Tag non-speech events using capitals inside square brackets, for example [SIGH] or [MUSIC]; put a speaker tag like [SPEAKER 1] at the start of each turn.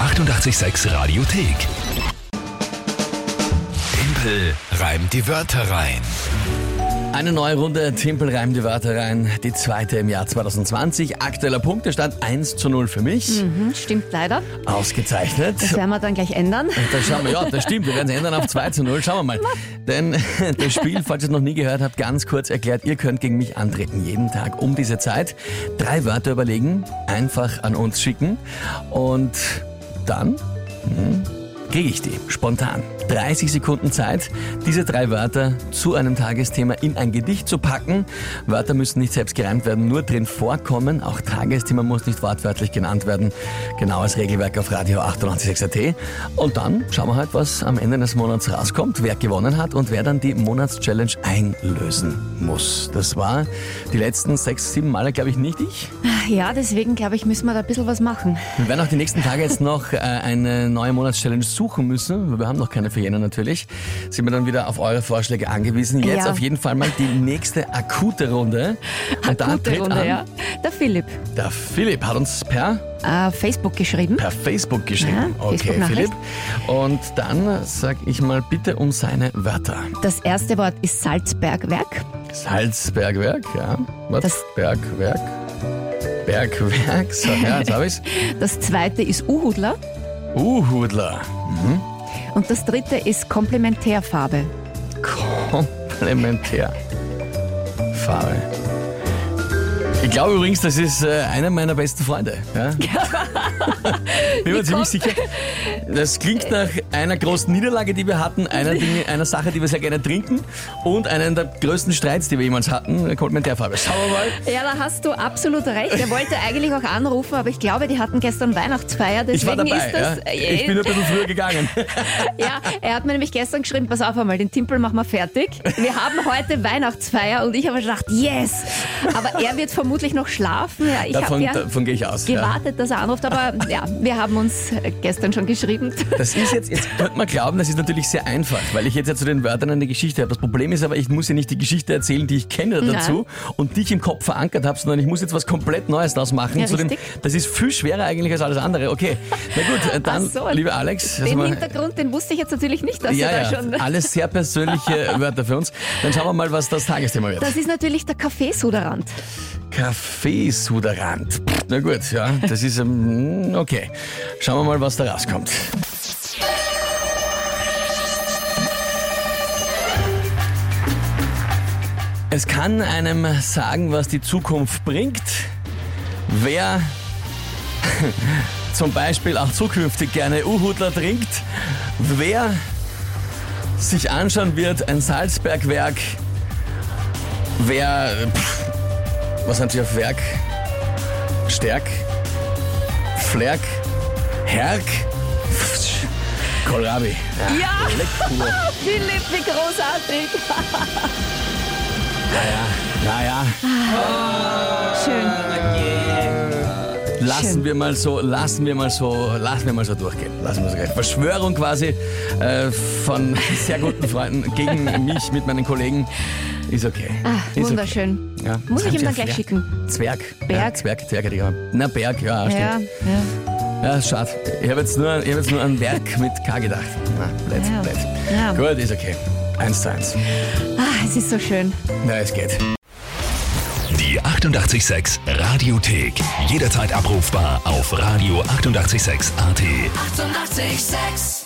[SPEAKER 1] 886 Radiothek. Tempel reimt die Wörter rein.
[SPEAKER 2] Eine neue Runde, Timpel reimt die Wörter rein. Die zweite im Jahr 2020. Aktueller Punktestand 1 zu 0 für mich.
[SPEAKER 3] Mhm, stimmt leider.
[SPEAKER 2] Ausgezeichnet.
[SPEAKER 3] Das werden wir dann gleich ändern.
[SPEAKER 2] Da schauen wir, ja, das stimmt, wir werden es ändern auf 2 zu 0. Schauen wir mal. Denn [LAUGHS] das Spiel, falls ihr es noch nie gehört habt, ganz kurz erklärt, ihr könnt gegen mich antreten, jeden Tag um diese Zeit. Drei Wörter überlegen, einfach an uns schicken und dann kriege ich die spontan. 30 Sekunden Zeit, diese drei Wörter zu einem Tagesthema in ein Gedicht zu packen. Wörter müssen nicht selbst gereimt werden, nur drin vorkommen. Auch Tagesthema muss nicht wortwörtlich genannt werden. Genaues Regelwerk auf Radio 886.at. Und dann schauen wir halt, was am Ende des Monats rauskommt, wer gewonnen hat und wer dann die Monatschallenge einlösen muss. Das war die letzten sechs, sieben Male, glaube ich, nicht ich.
[SPEAKER 3] Ja, deswegen glaube ich, müssen wir da ein bisschen was machen.
[SPEAKER 2] Wir werden auch die nächsten Tage jetzt noch äh, eine neue Monatschallenge suchen müssen. weil Wir haben noch keine für Jänner natürlich. Sind wir dann wieder auf eure Vorschläge angewiesen. Jetzt
[SPEAKER 3] Ja.
[SPEAKER 2] auf jeden Fall mal die nächste akute Runde. Und da
[SPEAKER 3] Gute
[SPEAKER 2] tritt
[SPEAKER 3] Runde,
[SPEAKER 2] an,
[SPEAKER 3] ja. Der Philipp.
[SPEAKER 2] der Philipp hat uns per,
[SPEAKER 3] Äh, Facebook geschrieben.
[SPEAKER 2] per Facebook geschrieben.
[SPEAKER 3] Ja,
[SPEAKER 2] okay, Philipp.
[SPEAKER 3] Facebook-Nachricht.
[SPEAKER 2] Und dann sag ich mal bitte um seine Wörter.
[SPEAKER 3] Das erste Wort ist Salzbergwerk.
[SPEAKER 2] Salzbergwerk, ja. Was?
[SPEAKER 3] Das-
[SPEAKER 2] Bergwerk. Bergwerk, so, ja, jetzt
[SPEAKER 3] [LAUGHS]
[SPEAKER 2] habe ich's.
[SPEAKER 3] Das zweite ist Uhudler.
[SPEAKER 2] Uhudler.
[SPEAKER 3] Und das dritte ist Komplementärfarbe.
[SPEAKER 2] Komplementärfarbe. Ich glaube übrigens, das ist äh, einer meiner besten Freunde. Ja? Bin mir ziemlich sicher. Das klingt nach einer großen Niederlage, die wir hatten, einer, Dinge, einer Sache, die wir sehr gerne trinken und einem der größten Streits, die wir jemals hatten, Komplementärfarbe. Schauen wir mal.
[SPEAKER 3] Ja, da hast du absolut recht. Er wollte [LAUGHS] eigentlich auch anrufen, aber ich glaube, die hatten gestern Weihnachtsfeier. Deswegen
[SPEAKER 2] Ich war dabei.
[SPEAKER 3] ist das. äh,
[SPEAKER 2] ja? Ich bin nur ein bisschen früher gegangen.
[SPEAKER 3] Ja, er hat mir nämlich gestern geschrieben, pass auf einmal, den Timpel machen wir fertig. Wir haben heute Weihnachtsfeier und ich habe gedacht, yes! Aber er wird vermutlich noch schlafen. Ja, ich
[SPEAKER 2] Davon,
[SPEAKER 3] habe ja
[SPEAKER 2] davon gehe ich aus. Ja.
[SPEAKER 3] gewartet, dass er anruft, aber ja, wir haben uns äh, gestern schon geschrieben.
[SPEAKER 2] Das ist jetzt, jetzt könnte man glauben, das ist natürlich sehr einfach, weil ich jetzt ja zu den Wörtern eine Geschichte habe. Das Problem ist aber, ich muss ja nicht die Geschichte erzählen, die ich kenne dazu und die ich im Kopf verankert habe, sondern ich muss jetzt was komplett Neues draus machen.
[SPEAKER 3] Ja,
[SPEAKER 2] zu dem,
[SPEAKER 3] richtig.
[SPEAKER 2] das ist viel schwerer eigentlich als alles andere. Okay, na gut, äh, dann,
[SPEAKER 3] [LAUGHS] Ach so,
[SPEAKER 2] liebe Alex. also
[SPEAKER 3] Den
[SPEAKER 2] mal-
[SPEAKER 3] Hintergrund, den wusste ich jetzt natürlich nicht, dass
[SPEAKER 2] ja,
[SPEAKER 3] er da
[SPEAKER 2] ja,
[SPEAKER 3] schon...
[SPEAKER 2] alles sehr
[SPEAKER 3] [LAUGHS]
[SPEAKER 2] persönliche Wörter für uns. Dann schauen wir mal, was das Tagesthema wird.
[SPEAKER 3] Das ist natürlich der Kaffeesuderand.
[SPEAKER 2] Kaffeesuderant. Na gut, ja, das ist ähm, okay. Schauen wir mal, was da rauskommt. Es kann einem sagen, was die Zukunft bringt, wer [LAUGHS] zum Beispiel auch zukünftig gerne Uhudler trinkt, wer sich anschauen wird, ein Salzbergwerk, wer pff, was haben Sie auf Werk? Stärk? Flerk? Herk? Pfsch, Kohlrabi.
[SPEAKER 3] Ja,
[SPEAKER 2] Leckpur.
[SPEAKER 3] Philipp, wie großartig.
[SPEAKER 2] Naja,
[SPEAKER 3] Schön.
[SPEAKER 2] lassen
[SPEAKER 3] Schön.
[SPEAKER 2] wir mal so, lassen wir mal so, lassen wir mal so durchgehen. Lassen wir so gehen. Verschwörung quasi äh, von sehr guten Freunden gegen mich mit meinen Kollegen. Ist okay.
[SPEAKER 3] Ah,
[SPEAKER 2] Ist okay.
[SPEAKER 3] wunderschön.
[SPEAKER 2] Ja.
[SPEAKER 3] Muss
[SPEAKER 2] Was haben
[SPEAKER 3] ich ihm
[SPEAKER 2] Sie
[SPEAKER 3] dann
[SPEAKER 2] auf
[SPEAKER 3] gleich
[SPEAKER 2] Werk?
[SPEAKER 3] schicken.
[SPEAKER 2] Zwerg. Ja,
[SPEAKER 3] Berg.
[SPEAKER 2] Zwerg, Zwerg, hätte ich gesagt. Na, Berg, ja, stimmt.
[SPEAKER 3] Ja, ja.
[SPEAKER 2] Ja, schade. Ich habe jetzt, nur- ich hab jetzt nur an Werk mit K gedacht. Na, blöd,
[SPEAKER 3] Ja.
[SPEAKER 2] blöd.
[SPEAKER 3] Ja.
[SPEAKER 2] Gut, ist okay. Eins zu eins.
[SPEAKER 3] Ah, es ist so schön.
[SPEAKER 2] Na, es geht.
[SPEAKER 1] Die 886 Radiothek. Jederzeit abrufbar auf radio886.at. 886! 886.
[SPEAKER 4] 886